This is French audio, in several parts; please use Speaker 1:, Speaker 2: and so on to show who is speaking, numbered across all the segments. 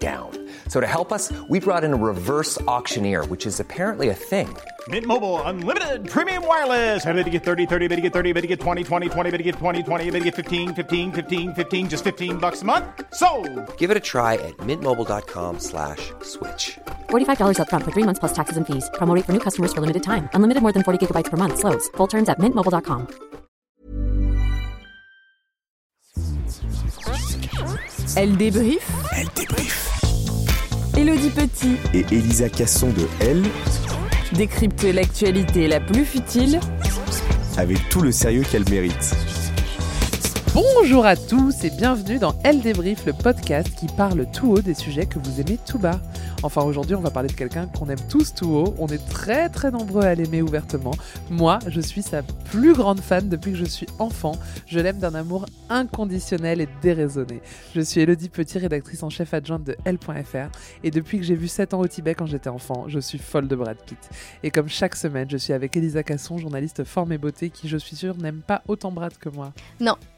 Speaker 1: down. So to help us, we brought in a reverse auctioneer, which is apparently a thing.
Speaker 2: Mint Mobile unlimited premium wireless. Ready to get 30, 30, bit get 30, bit get 20, 20, 20, bit get 20, 20, bit get 15, 15, 15, 15 just 15 bucks a month. So,
Speaker 1: Give it a try at mintmobile.com/switch. switch.
Speaker 3: $45 up front for three months plus taxes and fees. Promo rate for new customers for limited time. Unlimited more than 40 gigabytes per month. Slows. Full terms at mintmobile.com.
Speaker 4: Elle débrief.
Speaker 5: Elle débrief.
Speaker 4: Elodie Petit
Speaker 5: Et Elisa Casson de Elle,
Speaker 4: décrypte l'actualité la plus futile
Speaker 5: avec tout le sérieux qu'elle mérite.
Speaker 6: Bonjour à tous et bienvenue dans Elle débrief, le podcast qui parle tout haut des sujets que vous aimez tout bas. Enfin aujourd'hui, on va parler de quelqu'un qu'on aime tous tout haut. On est très très nombreux à l'aimer ouvertement. Moi, je suis sa plus grande fan depuis que je suis enfant. Je l'aime d'un amour inconditionnel et déraisonné. Je suis Elodie Petit, rédactrice en chef adjointe de Elle.fr et depuis que j'ai vu 7 ans au Tibet quand j'étais enfant, je suis folle de Brad Pitt. Et comme chaque semaine, je suis avec Elisa Casson, journaliste forme et beauté qui, je suis sûre, n'aime pas autant Brad que moi.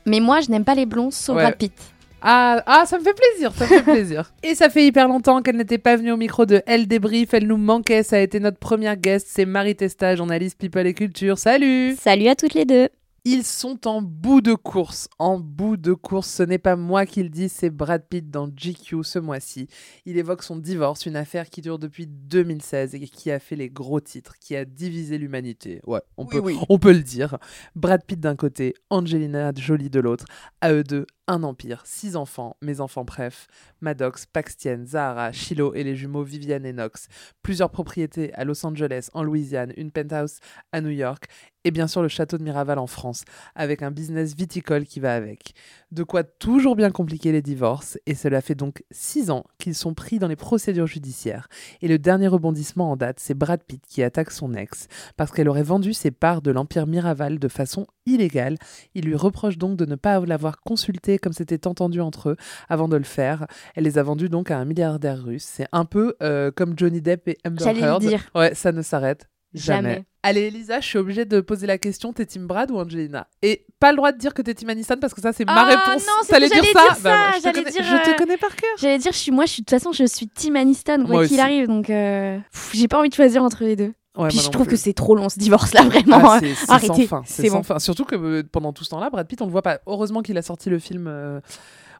Speaker 7: Mais moi, je n'aime pas les blonds sauf
Speaker 6: Ouais.
Speaker 7: Brad Pitt.
Speaker 6: Ah, ah, ça me fait plaisir, ça me fait plaisir. Et ça fait hyper longtemps qu'elle n'était pas venue au micro de Elle Débrief, elle nous manquait, ça a été notre première guest, c'est Marie Testa, journaliste People et Culture, salut
Speaker 7: Salut à toutes les deux.
Speaker 6: Ils sont en bout de course, en bout de course, ce n'est pas moi qui le dis, c'est Brad Pitt dans GQ ce mois-ci. Il évoque son divorce, une affaire qui dure depuis 2016 et qui a fait les gros titres, qui a divisé l'humanité, ouais, on, peut, on peut le dire. Brad Pitt d'un côté, Angelina Jolie de l'autre, à eux deux, un empire, six enfants, mes enfants bref, Maddox, Paxtienne, Zahara, Shiloh et les jumeaux Viviane et Knox, plusieurs propriétés à Los Angeles, en Louisiane, une penthouse à New York, et bien sûr le château de Miraval en France, avec un business viticole qui va avec. De quoi toujours bien compliquer les divorces, et cela fait donc six ans qu'ils sont pris dans les procédures judiciaires. Et le dernier rebondissement en date, c'est Brad Pitt qui attaque son ex, parce qu'elle aurait vendu ses parts de l'Empire Miraval de façon illégale. Il lui reproche donc de ne pas l'avoir consulté comme c'était entendu entre eux avant de le faire. Elle les a vendues donc à un milliardaire russe. C'est un peu euh, comme Johnny Depp et Amber
Speaker 7: J'allais le
Speaker 6: Heard.
Speaker 7: dire.
Speaker 6: Ouais, ça ne s'arrête jamais.
Speaker 7: Jamais.
Speaker 6: Allez Elisa, je suis obligée de poser la question, t'es Team Brad ou Angelina Et pas le droit de dire que t'es Team Aniston parce que ça c'est ma
Speaker 7: Ah,
Speaker 6: réponse.
Speaker 7: non, c'est
Speaker 6: T'allais
Speaker 7: ce que j'allais dire ça,
Speaker 6: Bah, je, te
Speaker 7: j'allais
Speaker 6: connais,
Speaker 7: dire,
Speaker 6: je te
Speaker 7: euh,
Speaker 6: connais par cœur.
Speaker 7: J'allais dire, je suis, moi, je suis, de toute façon, je suis Team Aniston,
Speaker 6: Moi
Speaker 7: quoi qu'il
Speaker 6: aussi.
Speaker 7: arrive. Donc, euh, pff, j'ai pas envie de choisir entre les deux.
Speaker 6: Ouais,
Speaker 7: Puis
Speaker 6: moi
Speaker 7: je
Speaker 6: non
Speaker 7: trouve
Speaker 6: plus.
Speaker 7: que c'est trop long ce divorce-là, vraiment. euh,
Speaker 6: Ah, c'est- c'est sans
Speaker 7: arrêtez,
Speaker 6: fin, C'est
Speaker 7: c'est
Speaker 6: sans
Speaker 7: bon.
Speaker 6: fin. Surtout que euh, pendant tout ce temps-là, Brad Pitt, on le voit pas. Heureusement qu'il a sorti le film euh,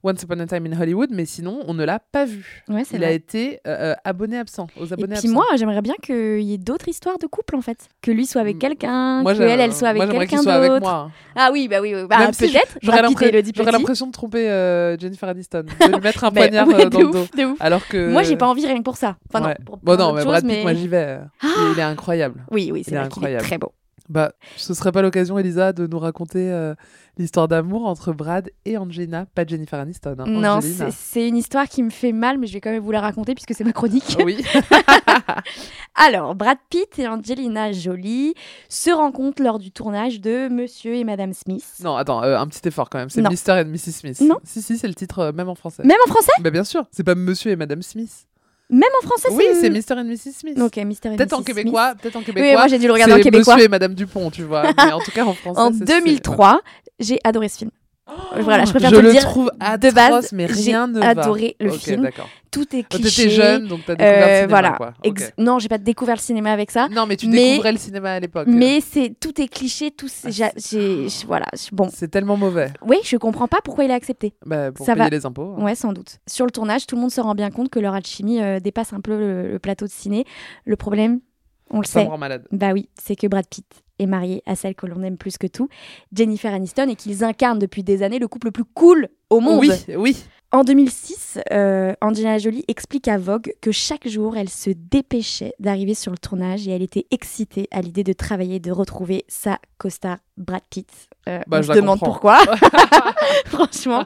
Speaker 6: Once Upon a Time in Hollywood, mais sinon, on ne l'a pas vu.
Speaker 7: Ouais, c'est
Speaker 6: Il a
Speaker 7: vrai.
Speaker 6: été euh, euh, abonné absent, aux
Speaker 7: Et
Speaker 6: abonnés
Speaker 7: puis
Speaker 6: absents.
Speaker 7: moi, j'aimerais bien qu'il y ait d'autres histoires de couple, en fait. Que lui soit avec
Speaker 6: Mm.
Speaker 7: quelqu'un,
Speaker 6: Moi,
Speaker 7: hein, que
Speaker 6: j'ai-
Speaker 7: elle, elle soit
Speaker 6: moi,
Speaker 7: avec
Speaker 6: j'aimerais qu'il
Speaker 7: quelqu'un
Speaker 6: soit avec
Speaker 7: d'autre.
Speaker 6: moi.
Speaker 7: Ah oui, bah oui, oui. Bah,
Speaker 6: Même si
Speaker 7: peut-être.
Speaker 6: J'aurais
Speaker 7: Brad Pitt et
Speaker 6: l'impression-
Speaker 7: Elodie
Speaker 6: j'aurais
Speaker 7: Petit.
Speaker 6: l'impression de tromper euh, Jennifer Aniston, de lui mettre un
Speaker 7: Mais-
Speaker 6: poignard
Speaker 7: Ben, ouais,
Speaker 6: euh, dans
Speaker 7: de
Speaker 6: le dos.
Speaker 7: ouf, de ouf.
Speaker 6: Alors que.
Speaker 7: Moi, j'ai pas envie rien que pour ça. Enfin,
Speaker 6: Ouais.
Speaker 7: non, pour
Speaker 6: Bon,
Speaker 7: plein
Speaker 6: non,
Speaker 7: d'autres
Speaker 6: mais Brad
Speaker 7: choses,
Speaker 6: Pitt,
Speaker 7: mais-
Speaker 6: moi j'y vais. Il-
Speaker 7: Ah
Speaker 6: Il est incroyable.
Speaker 7: Oui, oui,
Speaker 6: Il
Speaker 7: c'est
Speaker 6: est
Speaker 7: vrai qu'il est
Speaker 6: incroyable.
Speaker 7: très beau.
Speaker 6: Bah, ce serait pas l'occasion, Elisa, de nous raconter euh, l'histoire d'amour entre Brad et Angelina, pas Jennifer Aniston. hein,
Speaker 7: Non,
Speaker 6: Angelina.
Speaker 7: c'est- c'est une histoire qui me fait mal, mais je vais quand même vous la raconter puisque c'est ma chronique.
Speaker 6: Ah Oui.
Speaker 7: Alors, Brad Pitt et Angelina Jolie se rencontrent lors du tournage de Monsieur et Madame Smith.
Speaker 6: non, attends, euh, un petit effort quand même. C'est
Speaker 7: Non.
Speaker 6: Mr. and Mrs. Smith.
Speaker 7: Non.
Speaker 6: Si, si, c'est le titre euh, même en français.
Speaker 7: Même en français
Speaker 6: Bah, bien sûr, c'est pas Monsieur et Madame Smith.
Speaker 7: Même en français,
Speaker 6: Oui, c'est
Speaker 7: une-
Speaker 6: Mr. and Mrs. Smith.
Speaker 7: Ok, Mr.
Speaker 6: Peut-être en québécois, peut-être en québécois.
Speaker 7: Oui, moi j'ai dû le regarder en
Speaker 6: c'est
Speaker 7: québécois.
Speaker 6: Monsieur et Madame Dupont, tu vois. Mais en tout cas, en français.
Speaker 7: en
Speaker 6: c'est- c'est-
Speaker 7: 2003, j'ai adoré ce film. voilà, je préfère
Speaker 6: je
Speaker 7: te
Speaker 6: le
Speaker 7: dire.
Speaker 6: trouve
Speaker 7: de
Speaker 6: atroce,
Speaker 7: base,
Speaker 6: mais
Speaker 7: j'ai
Speaker 6: rien ne va.
Speaker 7: adoré le
Speaker 6: Ok,
Speaker 7: film.
Speaker 6: d'accord.
Speaker 7: Tout est
Speaker 6: Toi,
Speaker 7: cliché.
Speaker 6: T'étais jeune, donc t'as découvert le
Speaker 7: Euh,
Speaker 6: cinéma,
Speaker 7: voilà.
Speaker 6: quoi. Ok.
Speaker 7: Ex- Non, j'ai pas découvert le cinéma avec ça.
Speaker 6: Non, mais tu
Speaker 7: mais-
Speaker 6: découvrais le cinéma à l'époque.
Speaker 7: Mais c'est tout est cliché, tout c'est-
Speaker 6: Ah,
Speaker 7: j'a- j'ai j'- voilà, j'- bon.
Speaker 6: C'est tellement mauvais.
Speaker 7: Oui, je comprends pas pourquoi il a accepté.
Speaker 6: Bah, pour
Speaker 7: Ça
Speaker 6: payer
Speaker 7: va.
Speaker 6: les impôts. hein.
Speaker 7: Ouais, sans doute. Sur le tournage, tout le monde se rend bien compte que leur alchimie euh, dépasse un peu le, le plateau de ciné. Le problème, on le
Speaker 6: Ça
Speaker 7: sait.
Speaker 6: me rend malade.
Speaker 7: Bah oui, c'est que Brad Pitt est marié à celle que l'on aime plus que tout, Jennifer Aniston, et qu'ils incarnent depuis des années le couple le plus cool au monde.
Speaker 6: Oui, oui.
Speaker 7: En 2006, euh, Angelina Jolie explique à Vogue que chaque jour, elle se dépêchait d'arriver sur le tournage et elle était excitée à l'idée de travailler et de retrouver sa costard Brad Pitt. Euh,
Speaker 6: Bah,
Speaker 7: on
Speaker 6: je
Speaker 7: se
Speaker 6: la
Speaker 7: demande
Speaker 6: comprends.
Speaker 7: pourquoi. Franchement.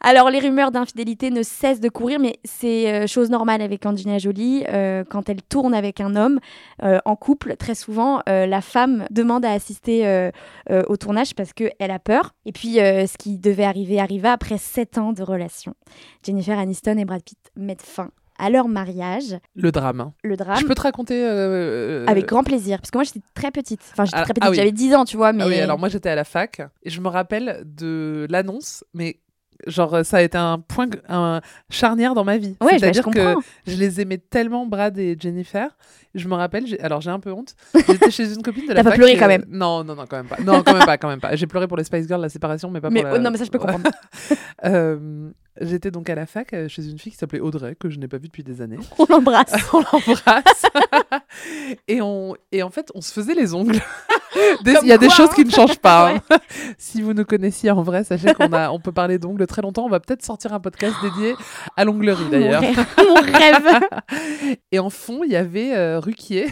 Speaker 7: Alors, les rumeurs d'infidélité ne cessent de courir, mais c'est euh, chose normale avec Angelina Jolie. Euh, quand elle tourne avec un homme euh, en couple, très souvent, euh, la femme demande à assister euh, euh, au tournage parce qu'elle a peur. Et puis, euh, ce qui devait arriver arriva après sept ans de relation. Jennifer Aniston et Brad Pitt mettent fin à leur mariage.
Speaker 6: Le drame. hein.
Speaker 7: Le drame,
Speaker 6: Je peux te raconter. euh, euh,
Speaker 7: avec grand plaisir, parce que moi, j'étais très petite. Enfin, j'étais
Speaker 6: Ah,
Speaker 7: très
Speaker 6: ah
Speaker 7: petite,
Speaker 6: oui.
Speaker 7: j'avais 10 ans, tu vois, mais...
Speaker 6: Ah oui, alors moi j'étais à la fac et je me rappelle de l'annonce, mais genre euh, ça a été un point un charnière dans ma vie.
Speaker 7: Ouais, bah, je
Speaker 6: C'est-à-dire que
Speaker 7: comprends.
Speaker 6: je les aimais tellement, Brad et Jennifer. Je me rappelle, j'ai- alors j'ai un peu honte. J'étais chez une copine de la
Speaker 7: T'as pas
Speaker 6: fac
Speaker 7: pleuré
Speaker 6: et-
Speaker 7: quand même.
Speaker 6: Non, non, non, quand même pas. Non, quand même pas, quand même pas. J'ai pleuré pour les Spice Girls, la séparation, mais pas
Speaker 7: Mais,
Speaker 6: pour
Speaker 7: oh,
Speaker 6: la.
Speaker 7: non, mais ça, je peux comprendre.
Speaker 6: Euh, J'étais donc à la fac euh, chez une fille qui s'appelait Audrey, que je n'ai pas vue depuis des années.
Speaker 7: On l'embrasse.
Speaker 6: on l'embrasse. et, on, et en fait, on se faisait les ongles. Des-
Speaker 7: Comme
Speaker 6: Il y a des
Speaker 7: quoi,
Speaker 6: choses qui ne changent pas. hein. si vous nous connaissiez en vrai, sachez qu'on a, on peut parler d'ongles très longtemps. On va peut-être sortir un podcast dédié à l'onglerie
Speaker 7: Mon
Speaker 6: d'ailleurs.
Speaker 7: rêve. Mon rêve.
Speaker 6: Et en fond, il y avait euh, Ruquier.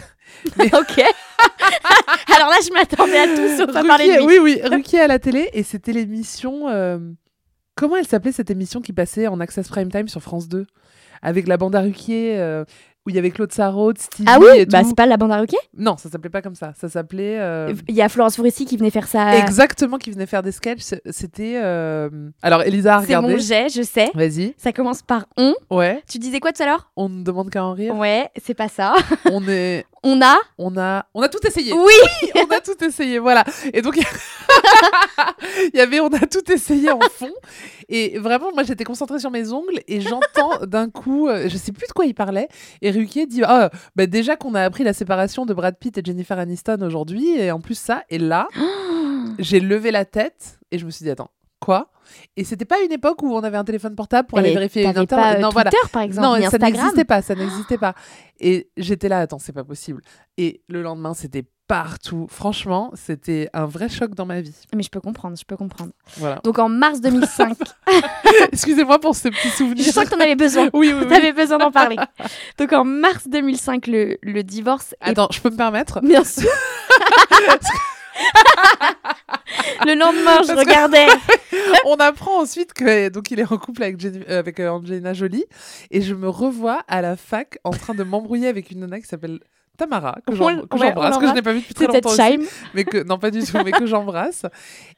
Speaker 7: ok. alors là, je m'attendais à tout sauf à
Speaker 6: Ruquier,
Speaker 7: parler de lui.
Speaker 6: eh oui, oui, Ruquier à la télé. Et c'était l'émission. euh, Comment elle s'appelait cette émission qui passait en Access Prime Time sur France 2 Avec la bande à Ruquier, euh, où il y avait Claude Sarraute, Stevie
Speaker 7: Ah
Speaker 6: et
Speaker 7: oui,
Speaker 6: tout.
Speaker 7: bah, c'est pas la bande à Ruquier
Speaker 6: Non, ça s'appelait pas comme ça. Ça s'appelait. euh,
Speaker 7: Il y a Florence Foresti qui venait faire ça.
Speaker 6: Exactement, qui venait faire des sketchs. c- C'était. euh, Alors, Elisa a
Speaker 7: C'est
Speaker 6: regardé.
Speaker 7: mon jet, je sais.
Speaker 6: Vas-y.
Speaker 7: Ça commence par on.
Speaker 6: Ouais.
Speaker 7: Tu disais quoi tout à l'heure
Speaker 6: On ne demande qu'à en rire.
Speaker 7: Ouais, c'est pas ça.
Speaker 6: On est.
Speaker 7: On a.
Speaker 6: On a. On a tout essayé.
Speaker 7: Oui
Speaker 6: on a tout essayé. Voilà. Et donc. Il y avait. On a tout essayé en fond. Et vraiment, moi, j'étais concentrée sur mes ongles et j'entends d'un coup. euh, Je sais plus de quoi il parlait. Et Ruquier dit Ah, bah déjà qu'on a appris la séparation de Brad Pitt et Jennifer Aniston aujourd'hui. Et en plus, ça. Et là. j'ai levé la tête et je me suis dit attends quoi et c'était pas une époque où on avait un téléphone portable pour aller
Speaker 7: Et
Speaker 6: vérifier une
Speaker 7: Eh, t'avais
Speaker 6: inter
Speaker 7: pas, euh,
Speaker 6: non
Speaker 7: Twitter, par exemple,
Speaker 6: non
Speaker 7: ni
Speaker 6: ça
Speaker 7: Instagram.
Speaker 6: n'existait pas ça n'existait pas et j'étais là attends c'est pas possible et le lendemain c'était partout franchement c'était un vrai choc dans ma vie
Speaker 7: Mais je peux comprendre, je peux comprendre.
Speaker 6: voilà
Speaker 7: Donc en mars 2005,
Speaker 6: excusez-moi pour ce petit
Speaker 7: je
Speaker 6: souvenir
Speaker 7: sens que t'en avais besoin.
Speaker 6: oui oui, oui.
Speaker 7: T'avais besoin d'en parler. Donc en mars 2005, le, le divorce est
Speaker 6: attends je peux me permettre
Speaker 7: Bien sûr. le lendemain, je
Speaker 6: Parce que-
Speaker 7: regardais.
Speaker 6: on apprend ensuite que donc il est en couple avec, Jenny- euh, avec euh, Angelina Jolie et je me revois à la fac en train de m'embrouiller avec une nana qui s'appelle Tamara que j'em-
Speaker 7: On-
Speaker 6: que
Speaker 7: ouais,
Speaker 6: j'embrasse
Speaker 7: on
Speaker 6: que je
Speaker 7: l'embrasse.
Speaker 6: n'ai pas vue depuis très
Speaker 7: C'était
Speaker 6: longtemps aussi,
Speaker 7: Chime.
Speaker 6: mais que non pas du tout mais que j'embrasse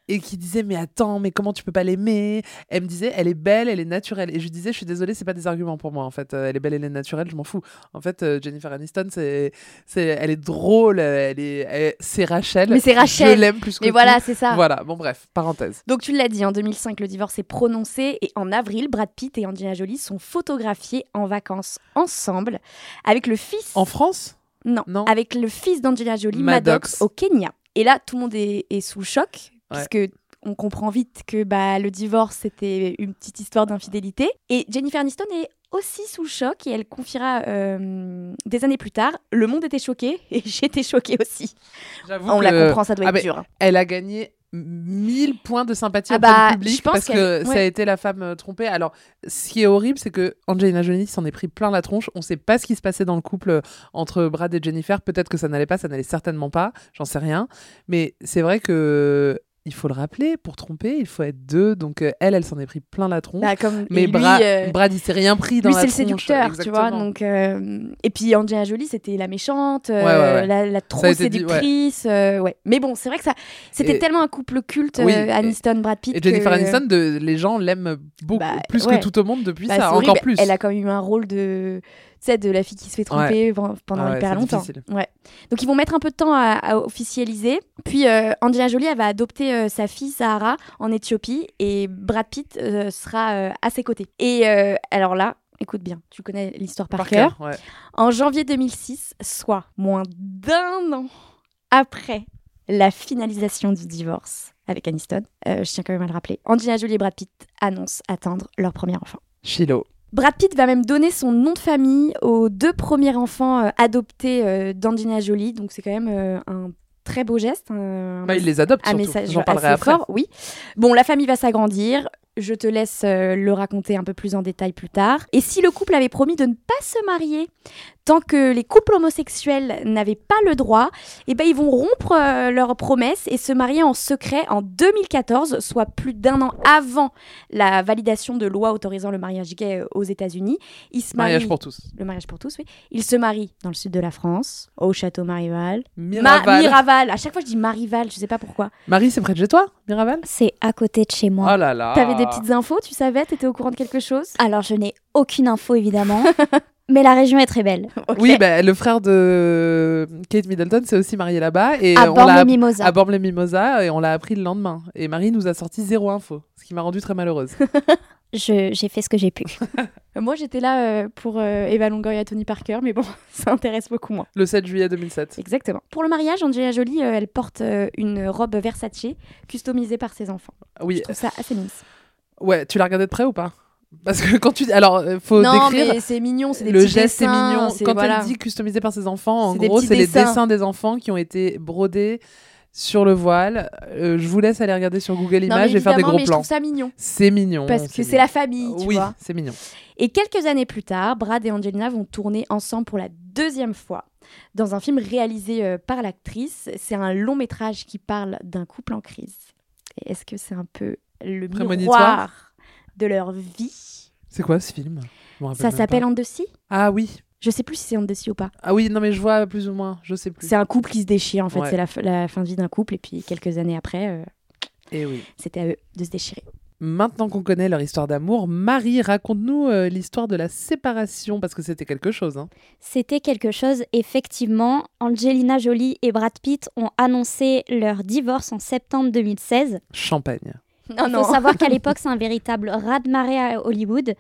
Speaker 6: et qui disait mais attends mais comment tu peux pas l'aimer elle me disait elle est belle elle est naturelle et je lui disais je suis désolée c'est pas des arguments pour moi en fait Euh, elle est belle elle est naturelle je m'en fous en fait euh, Jennifer Aniston c'est c'est elle est drôle euh, elle est elle- c'est Rachel
Speaker 7: Mais c'est Rachel.
Speaker 6: je l'aime plus que
Speaker 7: Mais
Speaker 6: tout.
Speaker 7: voilà, c'est ça.
Speaker 6: voilà bon bref parenthèse
Speaker 7: Donc tu l'as dit, en 2005, le divorce est prononcé et en avril, Brad Pitt et Angelina Jolie sont photographiés en vacances ensemble avec le fils.
Speaker 6: en France
Speaker 7: Non,
Speaker 6: Non.
Speaker 7: avec le fils d'Angelina Jolie,
Speaker 6: Maddox.
Speaker 7: Maddox. au Kenya. Et là, tout le monde est, est sous le choc,
Speaker 6: Ouais.
Speaker 7: puisque on comprend vite que bah, le divorce, c'était une petite histoire d'infidélité. Et Jennifer Aniston est aussi sous le choc et elle confiera euh, des années plus tard Le monde était choqué et j'étais choquée aussi.
Speaker 6: J'avoue
Speaker 7: On
Speaker 6: que
Speaker 7: la comprend, ça doit
Speaker 6: ah
Speaker 7: être
Speaker 6: ben,
Speaker 7: dur. hein.
Speaker 6: Elle a gagné 1000 points de sympathie
Speaker 7: Ah
Speaker 6: auprès
Speaker 7: bah,
Speaker 6: du public
Speaker 7: je pense
Speaker 6: parce que
Speaker 7: qu'elle-
Speaker 6: ça a
Speaker 7: ouais.
Speaker 6: été la femme euh, trompée. Alors, ce qui est horrible, c'est que Angelina Jolie s'en est pris plein la tronche. On sait pas ce qui se passait dans le couple euh, entre Brad et Jennifer. Peut-être que ça n'allait pas, ça n'allait certainement pas. J'en sais rien. Mais c'est vrai que il faut le rappeler pour tromper, il faut être deux. Donc euh, elle, elle s'en est pris plein la tronche.
Speaker 7: Bah, comme
Speaker 6: mais
Speaker 7: et lui,
Speaker 6: Bra-
Speaker 7: euh,
Speaker 6: Brad, il s'est rien pris dans
Speaker 7: lui,
Speaker 6: la
Speaker 7: c'est le
Speaker 6: tronche.
Speaker 7: séducteur, tu vois.
Speaker 6: Exactement.
Speaker 7: Donc, euh, Et puis Angelina Jolie, c'était la méchante, euh,
Speaker 6: Ouais, ouais, ouais.
Speaker 7: la, la
Speaker 6: a
Speaker 7: trop
Speaker 6: été dit, ouais.
Speaker 7: séductrice. euh, ouais. Mais bon, c'est vrai que ça, c'était
Speaker 6: Et-
Speaker 7: tellement un couple culte,
Speaker 6: Oui,
Speaker 7: euh,
Speaker 6: et-
Speaker 7: Aniston-Brad Pitt.
Speaker 6: Et Jennifer
Speaker 7: que-
Speaker 6: Aniston, de, les gens l'aiment beaucoup
Speaker 7: Bah,
Speaker 6: plus
Speaker 7: ouais.
Speaker 6: que tout au monde depuis
Speaker 7: Bah,
Speaker 6: ça,
Speaker 7: c'est
Speaker 6: encore
Speaker 7: horrible.
Speaker 6: plus.
Speaker 7: Elle a quand même eu un rôle de. sais, de la fille qui se fait tromper pen- pendant
Speaker 6: Ah ouais,
Speaker 7: hyper
Speaker 6: c'est
Speaker 7: longtemps.
Speaker 6: difficile.
Speaker 7: Ouais. Donc ils vont mettre un peu de temps à, à officialiser. Puis euh, Angelina Jolie, elle va adopter euh, sa fille Sahara en Éthiopie et Brad Pitt euh, sera euh, à ses côtés. Et euh, alors là, écoute bien, tu connais l'histoire par, cœur.
Speaker 6: cœur, ouais.
Speaker 7: En janvier 2006, soit moins d'un an après la finalisation du divorce avec Aniston, euh, je tiens quand même à le rappeler, Angelina Jolie et Brad Pitt annoncent attendre leur premier enfant.
Speaker 6: Chilo.
Speaker 7: Brad Pitt va même donner son nom de famille aux deux premiers enfants euh, adoptés euh, d'Angelina Jolie, donc c'est quand même euh, un très beau geste. un-
Speaker 6: Bah, il les adopte
Speaker 7: un
Speaker 6: surtout.
Speaker 7: message
Speaker 6: J'en parlerai
Speaker 7: assez
Speaker 6: après.
Speaker 7: fort, oui. Bon, la famille va s'agrandir. Je te laisse euh, le raconter un peu plus en détail plus tard. Et si le couple avait promis de ne pas se marier tant que les couples homosexuels n'avaient pas le droit, eh ben ils vont rompre euh, leur promesse et se marier en secret en 2014, soit plus d'un an avant la validation de loi autorisant le mariage gay euh, aux États-Unis. Ils se marient
Speaker 6: Mariage pour tous.
Speaker 7: le mariage pour tous, oui. Ils se marient dans le sud de la France, au château Marival. Ma-
Speaker 6: Miraval.
Speaker 7: Miraval. À chaque fois, je dis Marival, je sais pas pourquoi.
Speaker 6: Marie, c'est près de chez toi, Miraval
Speaker 8: C'est à côté de chez moi.
Speaker 6: Oh là là.
Speaker 7: T'avais des petites infos, tu savais, t'étais au courant de quelque chose
Speaker 8: Alors, je n'ai aucune info, évidemment. mais la région est très belle.
Speaker 7: Ok.
Speaker 6: Oui, bah, le frère de Kate Middleton s'est aussi marié là-bas et
Speaker 8: à
Speaker 6: euh, on l'a app-
Speaker 8: Bormes-les-Mimosas.
Speaker 6: à Bormes-les-Mimosas et on l'a appris le lendemain. Et Marie nous a sorti zéro info, ce qui m'a rendue très malheureuse.
Speaker 8: Je- J'ai fait ce que j'ai pu.
Speaker 7: Euh, Moi, j'étais là euh, pour euh, Eva Longoria et Tony Parker, mais bon, ça intéresse beaucoup moins.
Speaker 6: le 7 juillet 2007.
Speaker 7: Exactement. Pour le mariage, Angelina Jolie, euh, elle porte euh, une robe Versace customisée par ses enfants. Je
Speaker 6: Oui.
Speaker 7: trouve ça assez mince.
Speaker 6: Ouais, tu l'as regardé de près ou pas Parce que quand tu alors euh, faut décrire
Speaker 7: c'est mignon, c'est
Speaker 6: le geste est mignon. Quand elle dit customisé par ses enfants, en
Speaker 7: C'est des
Speaker 6: gros,
Speaker 7: petits
Speaker 6: c'est les
Speaker 7: dessins.
Speaker 6: dessins des enfants qui ont été brodés sur le voile. Euh, je vous laisse aller regarder sur Google Images et faire des gros
Speaker 7: mais je
Speaker 6: plans.
Speaker 7: trouve ça mignon.
Speaker 6: C'est mignon.
Speaker 7: Parce que c'est la famille, tu
Speaker 6: Oui,
Speaker 7: vois.
Speaker 6: c'est mignon.
Speaker 7: Et quelques années plus tard, Brad et Angelina vont tourner ensemble pour la deuxième fois dans un film réalisé euh, par l'actrice. C'est un long métrage qui parle d'un couple en crise. Et Est-ce que c'est un peu le
Speaker 6: Prémonitoire
Speaker 7: miroir de leur vie
Speaker 6: C'est quoi ce film Je me rappelle
Speaker 7: Ça
Speaker 6: même
Speaker 7: s'appelle
Speaker 6: pas.
Speaker 7: Andecy
Speaker 6: Ah oui.
Speaker 7: Je sais plus si c'est Andecy ou pas.
Speaker 6: Ah oui, non mais je vois plus ou moins, je sais plus.
Speaker 7: C'est un couple qui se déchire en fait.
Speaker 6: Ouais.
Speaker 7: C'est la, f- la fin de vie d'un couple et puis quelques années après, euh,
Speaker 6: Et Eh oui.
Speaker 7: c'était à eux de se déchirer.
Speaker 6: Maintenant qu'on connaît leur histoire d'amour, Marie, raconte-nous euh, l'histoire de la séparation parce que c'était quelque chose. hein.
Speaker 8: C'était quelque chose, effectivement. Angelina Jolie et Brad Pitt ont annoncé leur divorce en septembre 2016.
Speaker 6: Champagne.
Speaker 7: Ah Non
Speaker 8: Il faut savoir qu'à l'époque, c'est un véritable raz-de-marée à Hollywood.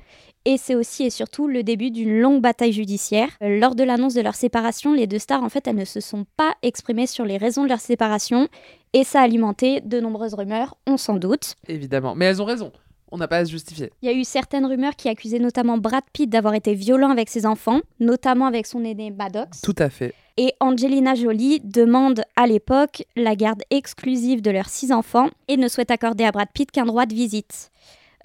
Speaker 8: Et c'est aussi et surtout le début d'une longue bataille judiciaire. Euh, Lors de l'annonce de leur séparation, les deux stars, en fait, elles ne se sont pas exprimées sur les raisons de leur séparation. Et ça a alimenté de nombreuses rumeurs, on s'en doute.
Speaker 6: Évidemment. Mais elles ont raison. On n'a pas à se justifier.
Speaker 8: Il y a eu certaines rumeurs qui accusaient notamment Brad Pitt d'avoir été violent avec ses enfants, notamment avec son aîné Maddox.
Speaker 6: Tout à fait.
Speaker 8: Et Angelina Jolie demande à l'époque la garde exclusive de leurs six enfants et ne souhaite accorder à Brad Pitt qu'un droit de visite.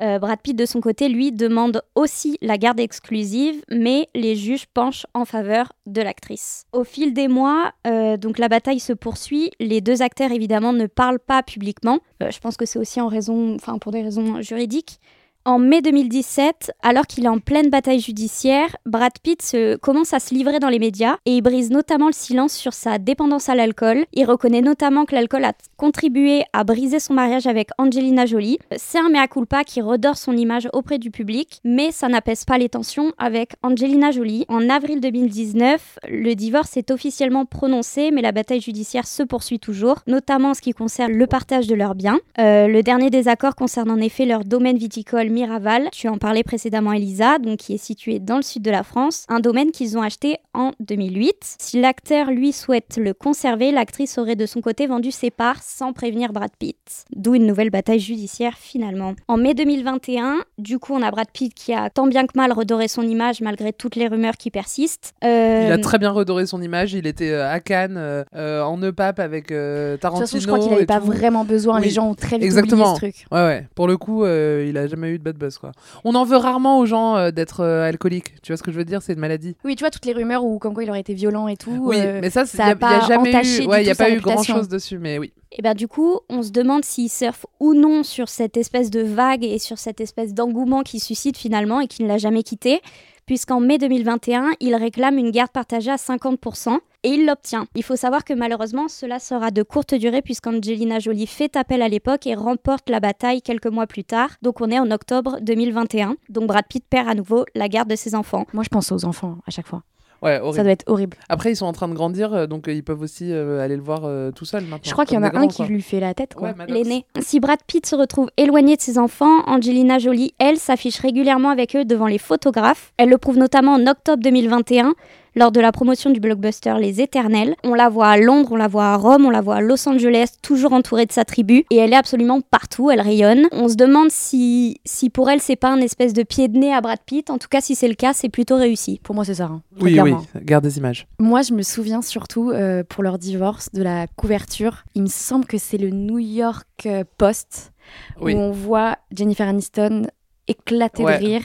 Speaker 8: Euh, Brad Pitt, de son côté, lui, demande aussi la garde exclusive, mais les juges penchent en faveur de l'actrice. Au fil des mois, euh, donc la bataille se poursuit. Les deux acteurs, évidemment, ne parlent pas publiquement. Euh, je pense que c'est aussi en raison, enfin, pour des raisons juridiques. En mai 2017, alors qu'il est en pleine bataille judiciaire, Brad Pitt se- commence à se livrer dans les médias et il brise notamment le silence sur sa dépendance à l'alcool. Il reconnaît notamment que l'alcool a contribué à briser son mariage avec Angelina Jolie. C'est un mea culpa qui redore son image auprès du public, mais ça n'apaise pas les tensions avec Angelina Jolie. En avril 2019, le divorce est officiellement prononcé, mais la bataille judiciaire se poursuit toujours, notamment en ce qui concerne le partage de leurs biens. Euh, le dernier désaccord concerne en effet leur domaine viticole Miraval. Tu en parlais précédemment, Elisa, donc qui est situé dans le sud de la France, un domaine qu'ils ont acheté en 2008. Si l'acteur lui souhaite le conserver, l'actrice aurait de son côté vendu ses parts sans prévenir Brad Pitt. D'où une nouvelle bataille judiciaire finalement. En mai 2021, du coup, on a Brad Pitt qui a tant bien que mal redoré son image malgré toutes les rumeurs qui persistent. Euh,
Speaker 6: Il a très bien redoré son image. Il était euh, à Cannes, euh, euh, en EPAP avec euh,
Speaker 7: De toute
Speaker 6: Tarantino.
Speaker 7: façon, je crois qu'il
Speaker 6: et
Speaker 7: n'avait pas
Speaker 6: tout.
Speaker 7: vraiment besoin.
Speaker 6: Oui,
Speaker 7: Les gens ont très vite
Speaker 6: exactement.
Speaker 7: oublié ce truc.
Speaker 6: Ouais, ouais. Pour le coup, euh, il a jamais eu de bad buzz, quoi. On en veut rarement aux gens euh, d'être euh, alcooliques. Tu vois ce que je veux dire C'est une maladie.
Speaker 7: Oui, tu vois, toutes les rumeurs où comme quoi il aurait été violent et tout.
Speaker 6: oui,
Speaker 7: euh,
Speaker 6: mais ça,
Speaker 7: ça
Speaker 6: il
Speaker 7: a
Speaker 6: n'y a,
Speaker 7: pas
Speaker 6: jamais
Speaker 7: entaché
Speaker 6: eu,
Speaker 7: du
Speaker 6: ouais, y a
Speaker 7: tout
Speaker 6: pas
Speaker 7: sa
Speaker 6: eu grand
Speaker 7: réputation.
Speaker 6: chose dessus, mais oui.
Speaker 8: Et ben du coup, on se demande s'il surfe ou non sur cette espèce de vague et sur cette espèce d'engouement qu'il suscite finalement et qu'il ne l'a jamais quitté. puisqu'en mai 2021, il réclame une garde partagée à 50% et il l'obtient. Il faut savoir que malheureusement, cela sera de courte durée puisqu'Angelina Jolie fait appel à l'époque et remporte la bataille quelques mois plus tard. Donc on est en octobre 2021. Donc Brad Pitt perd à nouveau la garde de ses enfants.
Speaker 7: Moi, je pense aux enfants à chaque fois.
Speaker 6: Ouais,
Speaker 7: Ça doit être horrible.
Speaker 6: Après, ils sont en train de grandir, euh, donc euh, ils peuvent aussi euh, aller le voir euh, tout seul maintenant.
Speaker 7: Je crois qu'il y en
Speaker 6: comme
Speaker 7: a
Speaker 6: des
Speaker 7: un
Speaker 6: grands,
Speaker 7: qui
Speaker 6: quoi.
Speaker 7: lui fait la tête, quoi.
Speaker 8: L'aîné. Si Brad Pitt se retrouve éloigné de ses enfants, Angelina Jolie, elle, s'affiche régulièrement avec eux devant les photographes. Elle le prouve notamment en octobre 2021, lors de la promotion du blockbuster Les Éternels. On la voit à Londres, on la voit à Rome, on la voit à Los Angeles, toujours entourée de sa tribu. Et elle est absolument partout, elle rayonne. On se demande si, si pour elle, c'est pas un espèce de pied de nez à Brad Pitt. En tout cas, si c'est le cas, c'est plutôt réussi.
Speaker 7: Pour moi, c'est ça. hein.
Speaker 6: Oui,
Speaker 7: Clairement.
Speaker 6: oui, garde des images.
Speaker 9: Moi, je me souviens surtout euh, pour leur divorce de la couverture. Il me semble que c'est le New York euh, Post
Speaker 6: Oui.
Speaker 9: où on voit Jennifer Aniston éclater
Speaker 6: Ouais.
Speaker 9: de rire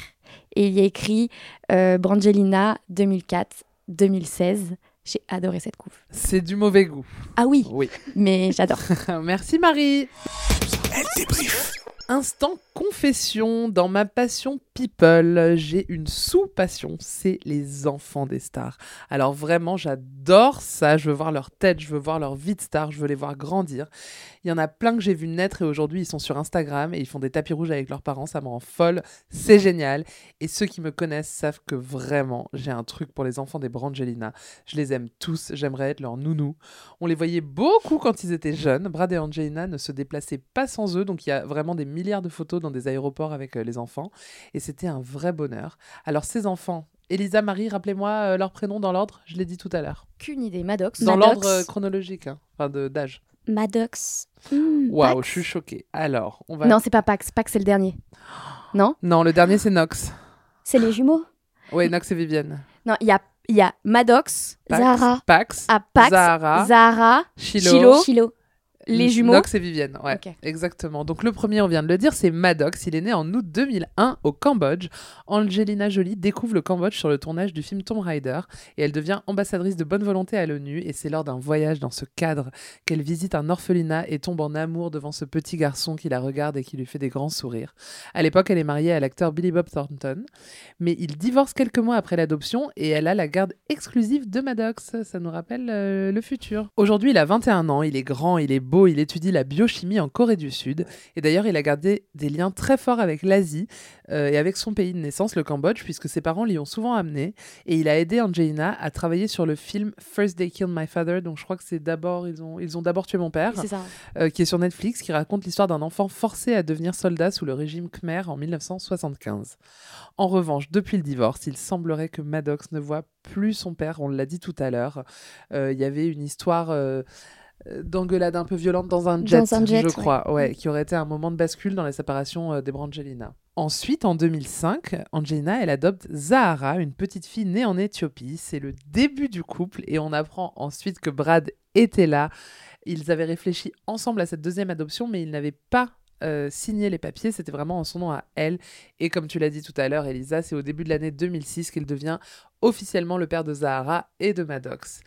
Speaker 9: et il y a écrit euh, Brangelina 2004-2016. J'ai adoré cette couve.
Speaker 6: C'est du mauvais goût.
Speaker 9: Ah oui.
Speaker 6: Oui.
Speaker 9: Mais j'adore.
Speaker 6: Merci Marie. Instant confession, dans ma passion people, j'ai une sous-passion, c'est les enfants des stars. Alors vraiment, j'adore ça, je veux voir leur tête, je veux voir leur vie de star, je veux les voir grandir. Il y en a plein que j'ai vu naître et aujourd'hui ils sont sur Instagram et ils font des tapis rouges avec leurs parents, ça me rend folle, c'est génial. Et ceux qui me connaissent savent que vraiment, j'ai un truc pour les enfants des Brangelina. Je les aime tous, j'aimerais être leur nounou. On les voyait beaucoup quand ils étaient jeunes. Brad et Angelina ne se déplaçaient pas sans eux, donc il y a vraiment des milliards de photos dans des aéroports avec euh, les enfants. Et c'était un vrai bonheur. Alors, ces enfants, Elisa, Marie, rappelez-moi euh, leurs prénoms dans l'ordre, je l'ai dit tout à l'heure.
Speaker 9: Qu'une idée, Maddox.
Speaker 6: Dans
Speaker 9: Maddox.
Speaker 6: l'ordre euh, chronologique, hein, enfin de- d'âge.
Speaker 8: Maddox. Hmm,
Speaker 6: Waouh, je suis choquée. Alors, on va.
Speaker 9: Non, c'est pas Pax. Pax, c'est le dernier. Non
Speaker 6: Non, le dernier, c'est Nox.
Speaker 8: C'est les jumeaux
Speaker 6: Ouais, Nox et Vivienne.
Speaker 9: Non, il y a, il y a Maddox,
Speaker 6: Pax, Pax,
Speaker 9: Ah, Pax,
Speaker 6: Zahara,
Speaker 9: Zahara,
Speaker 6: Shiloh,
Speaker 9: les
Speaker 6: N-
Speaker 9: jumeaux.
Speaker 6: Nox et Vivienne, ouais. Exactement. Donc le premier, on vient de le dire, c'est Maddox. Il est né en août 2001 au Cambodge. Angelina Jolie découvre le Cambodge sur le tournage du film Tomb Raider et elle devient ambassadrice de bonne volonté à l'ONU. Et c'est lors d'un voyage dans ce cadre qu'elle visite un orphelinat et tombe en amour devant ce petit garçon qui la regarde et qui lui fait des grands sourires. À l'époque, elle est mariée à l'acteur Billy Bob Thornton, mais ils divorcent quelques mois après l'adoption et elle a la garde exclusive de Maddox. Ça nous rappelle euh, le futur. Aujourd'hui, il a 21 ans, il est grand, il est beau, il étudie la biochimie en Corée du Sud. Et d'ailleurs, il a gardé des liens très forts avec l'Asie euh, et avec son pays de naissance, le Cambodge, puisque ses parents l'y ont souvent amené. Et il a aidé Angelina à travailler sur le film First They Killed My Father. Donc je crois que c'est d'abord, ils ont, ils ont d'abord tué mon père,
Speaker 9: Oui, c'est ça.
Speaker 6: euh, qui est sur Netflix, qui raconte l'histoire d'un enfant forcé à devenir soldat sous le régime Khmer en 1975. En revanche, depuis le divorce, il semblerait que Maddox ne voit plus son père, on l'a dit tout à l'heure. Euh, Il y avait une histoire euh, euh, d'engueulade un peu violente dans un
Speaker 9: Dans
Speaker 6: jet,
Speaker 9: un jet,
Speaker 6: je
Speaker 9: ouais.
Speaker 6: crois, ouais, qui aurait été un moment de bascule dans la séparation euh, des Brangelina. Ensuite, en 2005, Angelina, elle adopte Zahara, une petite fille née en Éthiopie. C'est le début du couple et on apprend ensuite que Brad était là. Ils avaient réfléchi ensemble à cette deuxième adoption, mais ils n'avaient pas euh, signé les papiers. C'était vraiment en son nom à elle. Et comme tu l'as dit tout à l'heure, Elisa, c'est au début de l'année 2006 qu'il devient officiellement le père de Zahara et de Maddox.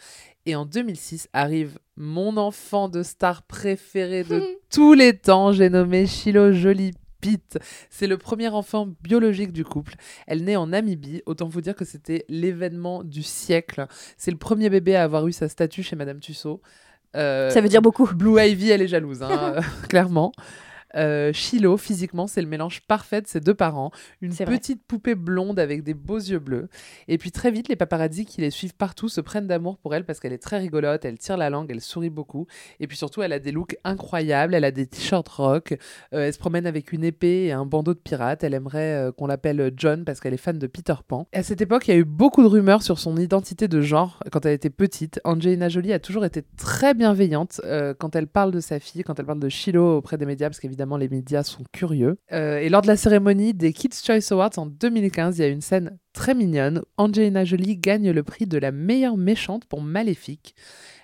Speaker 6: Et en 2006 arrive mon enfant de star préféré de tous les temps. J'ai nommé Shiloh Jolie Pitt. C'est le premier enfant biologique du couple. Elle naît en Namibie. Autant vous dire que c'était l'événement du siècle. C'est le premier bébé à avoir eu sa statue chez Madame Tussaud. Euh,
Speaker 9: Ça veut dire beaucoup.
Speaker 6: Blue Ivy, elle est jalouse, hein, euh, clairement. Euh, Shiloh, physiquement, c'est le mélange parfait de ses deux parents. Une
Speaker 9: C'est vrai.
Speaker 6: petite poupée blonde avec des beaux yeux bleus. Et puis très vite, les paparazzis qui les suivent partout se prennent d'amour pour elle parce qu'elle est très rigolote, elle tire la langue, elle sourit beaucoup. Et puis surtout, elle a des looks incroyables, elle a des t-shirts rock, euh, elle se promène avec une épée et un bandeau de pirate. Elle aimerait euh, qu'on l'appelle John parce qu'elle est fan de Peter Pan. À cette époque, il y a eu beaucoup de rumeurs sur son identité de genre quand elle était petite. Angelina Jolie a toujours été très bienveillante euh, quand elle parle de sa fille, quand elle parle de Shiloh auprès des médias, parce qu'évidemment, les médias sont curieux. Euh, et lors de la cérémonie des Kids' Choice Awards en 2015, il y a une scène très mignonne. Angelina Jolie gagne le prix de la meilleure méchante pour Maléfique.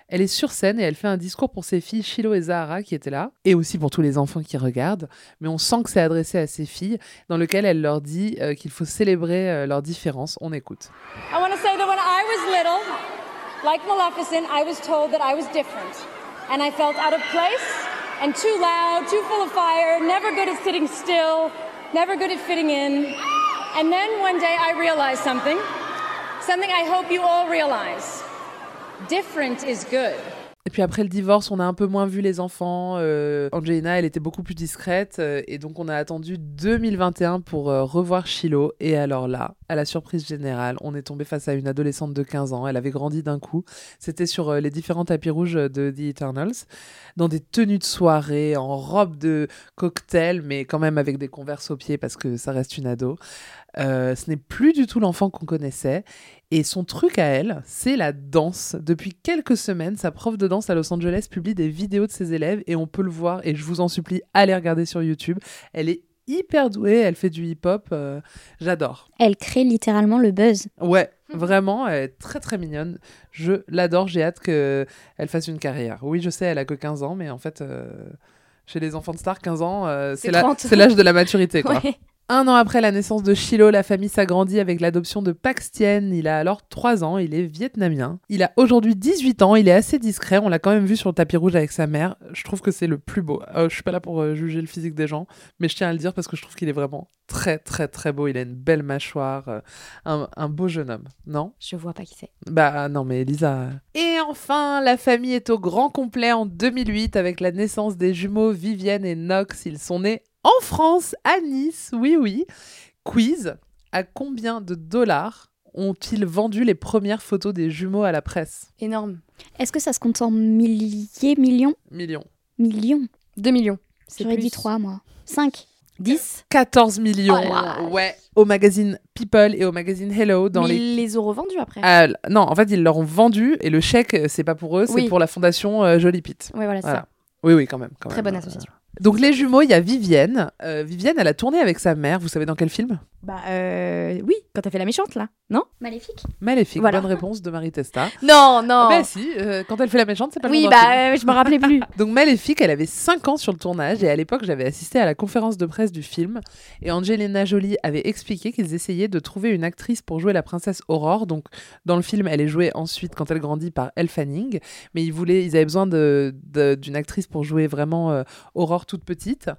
Speaker 6: Elle est sur scène et elle fait un discours pour ses filles Shiloh et Zahara qui étaient là, et aussi pour tous les enfants qui regardent. Mais on sent que c'est adressé à ses filles, dans lequel elle leur dit euh, qu'il faut célébrer euh, leurs différences. On écoute.
Speaker 10: I want to say that when I was little, like Maleficent, I was told that I was different. And I felt out of place and too loud, too full of fire, never good at sitting still, never good at fitting in. And then one day I realized something, something I hope you all realize. Different is good.
Speaker 6: Et puis après le divorce, on a un peu moins vu les enfants. Euh, Angelina, elle était beaucoup plus discrète. euh, et donc, on a attendu 2021 pour euh, revoir Shiloh. Et alors là, à la surprise générale, on est tombé face à une adolescente de 15 ans. Elle avait grandi d'un coup. C'était sur euh, les différents tapis rouges euh, de The Eternals. Dans des tenues de soirée, en robe de cocktail, mais quand même avec des converses aux pieds parce que ça reste une ado. Euh, ce n'est plus du tout l'enfant qu'on connaissait. Et son truc à elle, c'est la danse. Depuis quelques semaines, sa prof de danse à Los Angeles publie des vidéos de ses élèves et on peut le voir. Et je vous en supplie, allez regarder sur YouTube. Elle est hyper douée, elle fait du hip-hop. euh, J'adore.
Speaker 8: Elle crée littéralement le buzz.
Speaker 6: Ouais, vraiment, elle est très très mignonne. Je l'adore, j'ai hâte qu'elle fasse une carrière. Oui, je sais, elle a que 15 ans, mais en fait, euh, chez les enfants de stars, 15 ans, euh, c'est
Speaker 9: C'est
Speaker 6: la-
Speaker 9: 30.
Speaker 6: c'est l'âge de la maturité. Quoi.
Speaker 9: Ouais.
Speaker 6: Un an après la naissance de Shiloh, la famille s'agrandit avec l'adoption de Pax Tien. Il a alors 3 ans, il est vietnamien. Il a aujourd'hui 18 ans, il est assez discret, on l'a quand même vu sur le tapis rouge avec sa mère. Je trouve que c'est le plus beau. Euh, je suis pas là pour euh, juger le physique des gens, mais je tiens à le dire parce que je trouve qu'il est vraiment très très très beau. Il a une belle mâchoire, euh, un, un beau jeune homme, non
Speaker 9: Je vois pas qui c'est.
Speaker 6: Bah non mais Elisa... Et enfin, la famille est au grand complet en 2008 avec la naissance des jumeaux Vivienne et Nox. Ils sont nés en France, à Nice, oui oui. Quiz, à combien de dollars ont-ils vendu les premières photos des jumeaux à la presse
Speaker 9: Énorme.
Speaker 8: Est-ce que ça se compte en milliers, millions
Speaker 6: Millions.
Speaker 8: Millions.
Speaker 9: 2 millions.
Speaker 8: J'aurais dit 3, moi. 5.
Speaker 9: 10
Speaker 6: 14 millions.
Speaker 9: Oh la vache.
Speaker 6: ouais, au magazine People et au magazine Hello dans
Speaker 9: Mais
Speaker 6: les
Speaker 9: ils les ont revendus après.
Speaker 6: Ah, l- non, en fait, ils leur ont vendu et le chèque, euh, c'est pas pour eux, c'est
Speaker 9: Oui.
Speaker 6: pour la fondation euh, Jolie Pete.
Speaker 9: Ouais, voilà, c'est ça.
Speaker 6: Oui, oui, quand même. quand
Speaker 9: Très
Speaker 6: même,
Speaker 9: bonne
Speaker 6: euh.
Speaker 9: association.
Speaker 6: Donc, les jumeaux, il y a Vivienne. Euh, Vivienne, elle a tourné avec sa mère. Vous savez dans quel film
Speaker 9: Bah euh, oui, quand t'as fait la méchante là, non
Speaker 8: Maléfique
Speaker 6: Maléfique.
Speaker 9: Voilà.
Speaker 6: Bonne réponse de Marie Testa.
Speaker 9: Non, non.
Speaker 6: Bah si, euh, quand elle fait la méchante, c'est pas le
Speaker 9: Oui,
Speaker 6: nom d'un
Speaker 9: bah,
Speaker 6: film.
Speaker 9: euh, je me rappelais plus.
Speaker 6: Donc Maléfique, elle avait 5 ans sur le tournage et à l'époque, j'avais assisté à la conférence de presse du film et Angelina Jolie avait expliqué qu'ils essayaient de trouver une actrice pour jouer la princesse Aurore. Donc dans le film, elle est jouée ensuite quand elle grandit par Elle Fanning, mais ils voulaient ils avaient besoin de- de- d'une actrice pour jouer vraiment euh, Aurore toute petite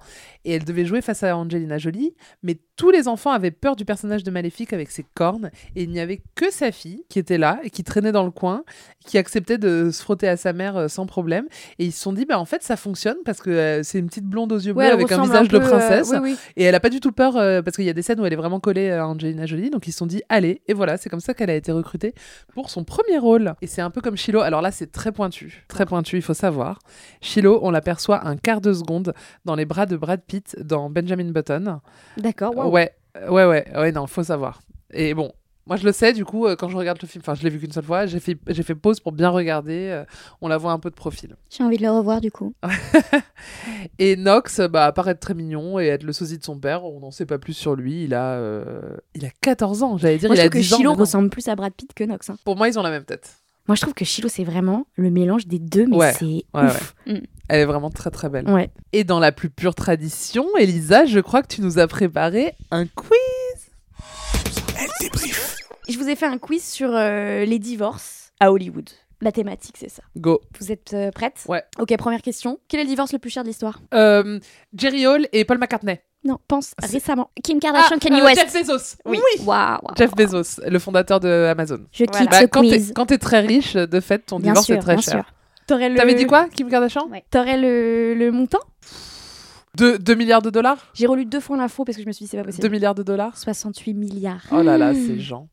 Speaker 6: et elle devait jouer face à Angelina Jolie, mais tous les enfants avaient peur du personnage de Maléfique avec ses cornes et il n'y avait que sa fille qui était là et qui traînait dans le coin, qui acceptait de se frotter à sa mère euh, sans problème. Et ils se sont dit, bah en fait ça fonctionne parce que euh, c'est une petite blonde aux yeux
Speaker 9: Ouais, elle
Speaker 6: bleus avec un
Speaker 9: ressemble un
Speaker 6: visage de
Speaker 9: peu, euh,
Speaker 6: princesse
Speaker 9: oui, oui.
Speaker 6: et elle a pas du tout peur euh, parce qu'il y a des scènes où elle est vraiment collée à Angelina Jolie, donc ils se sont dit allez et voilà c'est comme ça qu'elle a été recrutée pour son premier rôle. Et c'est un peu comme Shiloh. Alors là c'est très pointu, très pointu, il faut savoir. Shiloh, on l'aperçoit un quart de seconde dans les bras de Brad Pitt dans Benjamin Button.
Speaker 9: D'accord, waouh.
Speaker 6: Ouais, euh, ouais, ouais, ouais, non, faut savoir. Et bon, moi je le sais, du coup, euh, quand je regarde le film, enfin je l'ai vu qu'une seule fois, j'ai fait, j'ai fait pause pour bien regarder, euh, on la voit un peu de profil.
Speaker 8: J'ai envie de le revoir du coup.
Speaker 6: Et Nox, bah, à part être très mignon et être le sosie de son père, on n'en sait pas plus sur lui, il a, euh, il a 14 ans, j'allais dire,
Speaker 9: Moi,
Speaker 6: il
Speaker 9: je
Speaker 6: a
Speaker 9: trouve que
Speaker 6: 10 ans,
Speaker 9: Shiloh
Speaker 6: mais non.
Speaker 9: ressemble plus à Brad Pitt que Nox. hein.
Speaker 6: Pour moi, ils ont la même tête.
Speaker 9: Moi, je trouve que Shiloh, c'est vraiment le mélange des deux, mais
Speaker 6: ouais,
Speaker 9: c'est
Speaker 6: ouais,
Speaker 9: ouf.
Speaker 6: ouais. Elle est vraiment très très belle.
Speaker 9: Ouais.
Speaker 6: Et dans la plus pure tradition, Elisa, je crois que tu nous as préparé un quiz.
Speaker 7: Je vous ai fait un quiz sur euh, les divorces à Hollywood. La thématique, c'est ça.
Speaker 6: Go.
Speaker 7: Vous êtes euh, prête
Speaker 6: Ouais.
Speaker 7: Ok, première question. Quel est le divorce le plus cher de l'histoire
Speaker 6: Euh, Jerry Hall et Paul McCartney.
Speaker 7: Non, pense récemment.
Speaker 8: Kim
Speaker 6: Kardashian, Ah, Kanye euh, West. Jeff Bezos. Oui.
Speaker 8: Waouh.
Speaker 6: Jeff Bezos, le fondateur de Amazon. Bah,
Speaker 8: Je quitte ce
Speaker 6: quand t'es-
Speaker 8: quiz.
Speaker 6: Quand t'es très riche, de fait, ton
Speaker 8: Bien
Speaker 6: divorce
Speaker 8: sûr,
Speaker 6: est très
Speaker 8: bien
Speaker 6: cher.
Speaker 8: sûr.
Speaker 7: T'aurais le...
Speaker 6: T'avais dit quoi, Kim Kardashian
Speaker 7: T'aurais le... le montant
Speaker 6: 2 milliards de dollars
Speaker 7: J'ai relu deux fois l'info parce que je me suis dit c'est pas possible.
Speaker 6: 2 milliards de dollars
Speaker 7: 68 milliards.
Speaker 6: Oh là là,
Speaker 8: Mm.
Speaker 6: ces gens.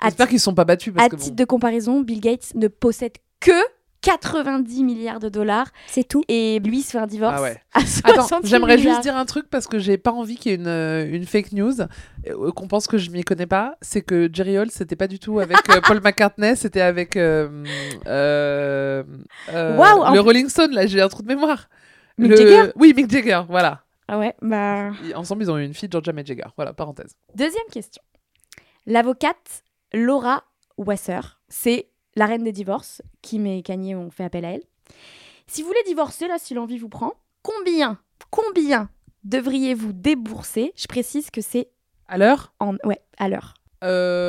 Speaker 7: À
Speaker 6: J'espère
Speaker 7: ti-
Speaker 6: qu'ils ne sont pas battus. Parce
Speaker 7: À
Speaker 6: que bon,
Speaker 7: titre de comparaison, Bill Gates ne possède que 90 milliards de dollars.
Speaker 8: C'est tout.
Speaker 7: Et lui se fait un divorce.
Speaker 6: Ah ouais.
Speaker 7: à
Speaker 6: Attends,
Speaker 7: 68
Speaker 6: j'aimerais
Speaker 7: milliards.
Speaker 6: juste dire un truc parce que j'ai pas envie qu'il y ait une, euh, une fake news, euh, qu'on pense que je m'y connais pas. C'est que Jerry Hall, c'était pas du tout avec euh, Paul McCartney, c'était avec euh, euh, euh,
Speaker 7: Waouh, en
Speaker 6: le
Speaker 7: plus-
Speaker 6: Rolling Stone. Là, j'ai un trou de mémoire.
Speaker 7: Mick
Speaker 6: Le-
Speaker 7: Jagger
Speaker 6: Oui, Mick Jagger, voilà.
Speaker 7: Ah ouais, bah.
Speaker 6: Ils- Ensemble, ils ont eu une fille, Georgia May Jagger. Voilà, parenthèse.
Speaker 7: Deuxième question. L'avocate Laura Wasser, c'est la reine des divorces. Kim et Kanye ont fait appel à elle. Si vous voulez divorcer, là, si l'envie vous prend, combien, combien devriez-vous débourser Je précise que c'est
Speaker 6: À l'heure
Speaker 7: en... Ouais, à l'heure.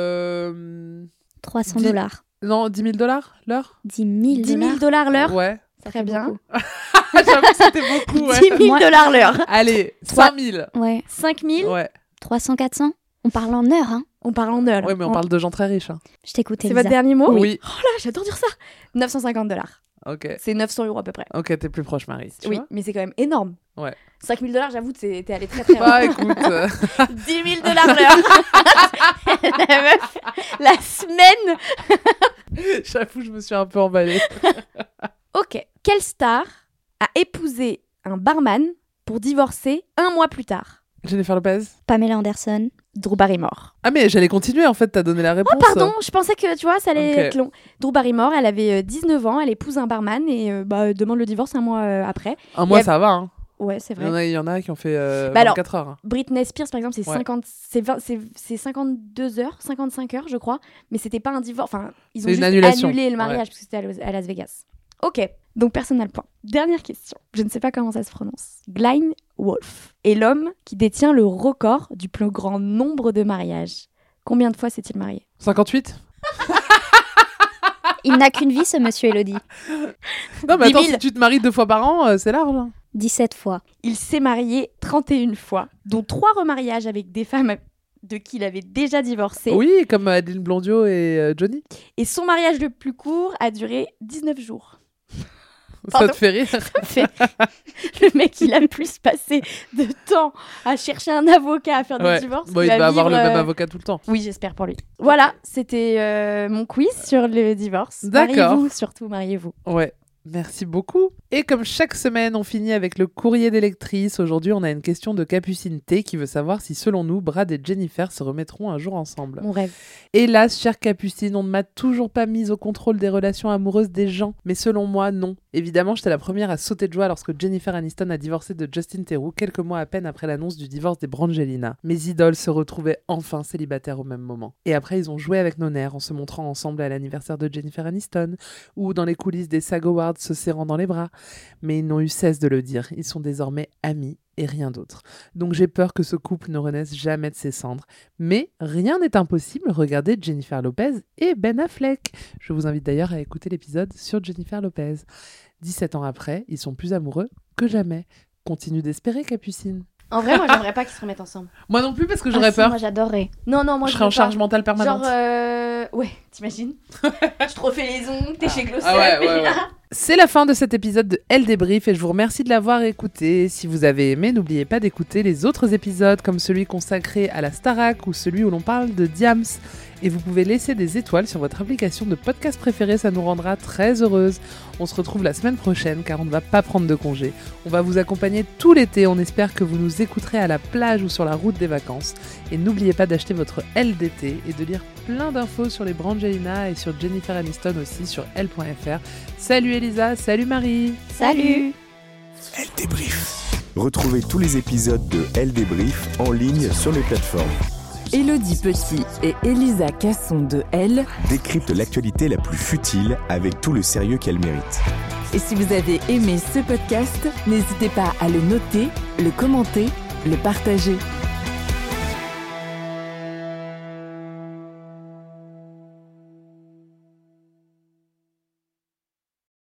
Speaker 6: Euh,
Speaker 8: 300
Speaker 6: Dix-
Speaker 8: dollars.
Speaker 6: Non, 10 000 dollars l'heure
Speaker 8: 10 000
Speaker 7: 10 000 dollars l'heure
Speaker 6: Ouais.
Speaker 7: Très bien.
Speaker 6: J'avoue que c'était beaucoup. Ouais.
Speaker 7: 10 000 dollars l'heure.
Speaker 6: Allez,
Speaker 7: Trois-
Speaker 6: 5 000.
Speaker 8: Ouais.
Speaker 7: 5 000
Speaker 6: Ouais.
Speaker 8: 300, 400 On parle en heure, hein
Speaker 7: On parle en heure.
Speaker 6: Oui, mais on,
Speaker 7: On-
Speaker 6: parle de gens très riches. hein.
Speaker 8: Je t'écoute,
Speaker 7: C'est
Speaker 8: Elisa.
Speaker 7: votre dernier mot
Speaker 6: Oui.
Speaker 7: Oh là, j'adore dire ça 950 dollars.
Speaker 6: Ok.
Speaker 7: C'est 900 euros à peu près.
Speaker 6: Ok, t'es plus proche, Marie. tu
Speaker 7: oui,
Speaker 6: vois
Speaker 7: mais c'est quand même énorme.
Speaker 6: Ouais.
Speaker 7: 5000 dollars, j'avoue, t'es t'es allé très très
Speaker 6: Bah,
Speaker 7: loin.
Speaker 6: écoute, euh,
Speaker 7: 10 000 dollars l'heure. la meuf, la semaine.
Speaker 6: J'avoue, je me suis un peu emballée.
Speaker 7: Ok, quelle star a épousé un barman pour divorcer un mois plus tard
Speaker 6: Jennifer Lopez.
Speaker 8: Pamela Anderson.
Speaker 7: Drew Barrymore.
Speaker 6: Ah, mais j'allais continuer, en fait, t'as donné la réponse.
Speaker 7: Oh pardon, je pensais que tu vois ça allait
Speaker 6: Ok.
Speaker 7: être long. Drew Barrymore, elle avait euh, 19 ans, elle épouse un barman et euh, bah, euh, demande le divorce un mois euh, après.
Speaker 6: Un mois,
Speaker 7: Et elle-
Speaker 6: ça va. Hein.
Speaker 7: Ouais, c'est vrai.
Speaker 6: Il y, en a, il y en a qui ont fait euh,
Speaker 7: Bah alors,
Speaker 6: 24 heures. hein.
Speaker 7: Britney Spears, par exemple, c'est
Speaker 6: Ouais.
Speaker 7: 50 c'est 20 c'est- c'est 52 heures, 55 heures, je crois. Mais c'était pas un divorce. Enfin, ils ont
Speaker 6: C'est une
Speaker 7: juste
Speaker 6: annulation.
Speaker 7: annulé le
Speaker 6: Ouais.
Speaker 7: mariage parce que c'était à Los- à Las Vegas. Ok, donc personne n'a le point. Dernière question. Je ne sais pas comment ça se prononce. Glyne Wolf est l'homme qui détient le record du plus grand nombre de mariages. Combien de fois s'est-il marié
Speaker 6: 58
Speaker 8: Il n'a qu'une vie, ce monsieur Elodie.
Speaker 6: Non, mais
Speaker 7: 10
Speaker 6: attends,
Speaker 7: 000.
Speaker 6: si tu te maries deux fois par an, euh, c'est large. hein.
Speaker 8: 17 fois.
Speaker 7: Il s'est marié 31 fois, dont trois remariages avec des femmes de qui il avait déjà divorcé.
Speaker 6: Oui, comme euh, Adeline Blondio et euh, Johnny.
Speaker 7: Et son mariage le plus court a duré 19 jours.
Speaker 6: Ça
Speaker 7: Pardon
Speaker 6: te fait rire
Speaker 7: fait. Le mec, il a plus passé de temps à chercher un avocat, à faire des
Speaker 6: Ouais.
Speaker 7: divorces.
Speaker 6: Bon,
Speaker 7: qu'il
Speaker 6: il
Speaker 7: à
Speaker 6: va avoir le
Speaker 7: vivre,
Speaker 6: même
Speaker 7: euh,
Speaker 6: avocat tout le temps.
Speaker 7: Oui, j'espère pour lui. Voilà, c'était euh, mon quiz sur le divorce.
Speaker 6: D'accord.
Speaker 7: Mariez-vous, surtout mariez-vous.
Speaker 6: Ouais. Merci beaucoup. Et comme chaque semaine, on finit avec le courrier d'électrice. Aujourd'hui, on a une question de Capucine T qui veut savoir si, selon nous, Brad et Jennifer se remettront un jour ensemble.
Speaker 7: Mon rêve.
Speaker 6: Hélas, chère Capucine, on ne m'a toujours pas mise au contrôle des relations amoureuses des gens. Mais selon moi, non. Évidemment, j'étais la première à sauter de joie lorsque Jennifer Aniston a divorcé de Justin Theroux quelques mois à peine après l'annonce du divorce des Brangelina. Mes idoles se retrouvaient enfin célibataires au même moment. Et après, ils ont joué avec nos nerfs en se montrant ensemble à l'anniversaire de Jennifer Aniston ou dans les coulisses des SAG Awards se serrant dans les bras. Mais ils n'ont eu cesse de le dire. Ils sont désormais amis et rien d'autre. Donc j'ai peur que ce couple ne renaisse jamais de ses cendres. Mais rien n'est impossible, regardez Jennifer Lopez et Ben Affleck. Je vous invite d'ailleurs à écouter l'épisode sur Jennifer Lopez. 17 ans après, ils sont plus amoureux que jamais. Continue d'espérer, Capucine.
Speaker 7: En vrai, moi, j'aimerais pas qu'ils se remettent ensemble.
Speaker 6: Moi non plus, parce que j'aurais
Speaker 8: Ah si,
Speaker 6: peur.
Speaker 8: Moi, j'adorerais.
Speaker 7: Non, non, moi,
Speaker 6: je
Speaker 7: je
Speaker 6: serais
Speaker 7: veux
Speaker 6: en charge
Speaker 7: pas.
Speaker 6: mentale permanente.
Speaker 7: Genre, euh, ouais, t'imagines Je te refais les ongles, t'es chez Glossy.
Speaker 6: Ah ouais, ouais, ouais. C'est la fin de cet épisode de Elle Débrief et je vous remercie de l'avoir écouté. Si vous avez aimé, n'oubliez pas d'écouter les autres épisodes comme celui consacré à la Starac ou celui où l'on parle de Diams. Et vous pouvez laisser des étoiles sur votre application de podcast préférée, ça nous rendra très heureuse. On se retrouve la semaine prochaine car on ne va pas prendre de congé. On va vous accompagner tout l'été, on espère que vous nous écouterez à la plage ou sur la route des vacances. Et n'oubliez pas d'acheter votre LDT et de lire plein d'infos sur les Brangelina et sur Jennifer Aniston aussi sur L.fr. Salut Elisa, salut Marie
Speaker 8: Salut
Speaker 5: Elle débrief. Retrouvez tous les épisodes de Elle débrief en ligne sur les plateformes.
Speaker 4: Élodie Petit et Elisa Casson de Elle.
Speaker 5: Décrypte l'actualité la plus futile avec tout le sérieux qu'elle mérite.
Speaker 4: Et si vous avez aimé ce podcast, n'hésitez pas à le noter, le commenter, le partager.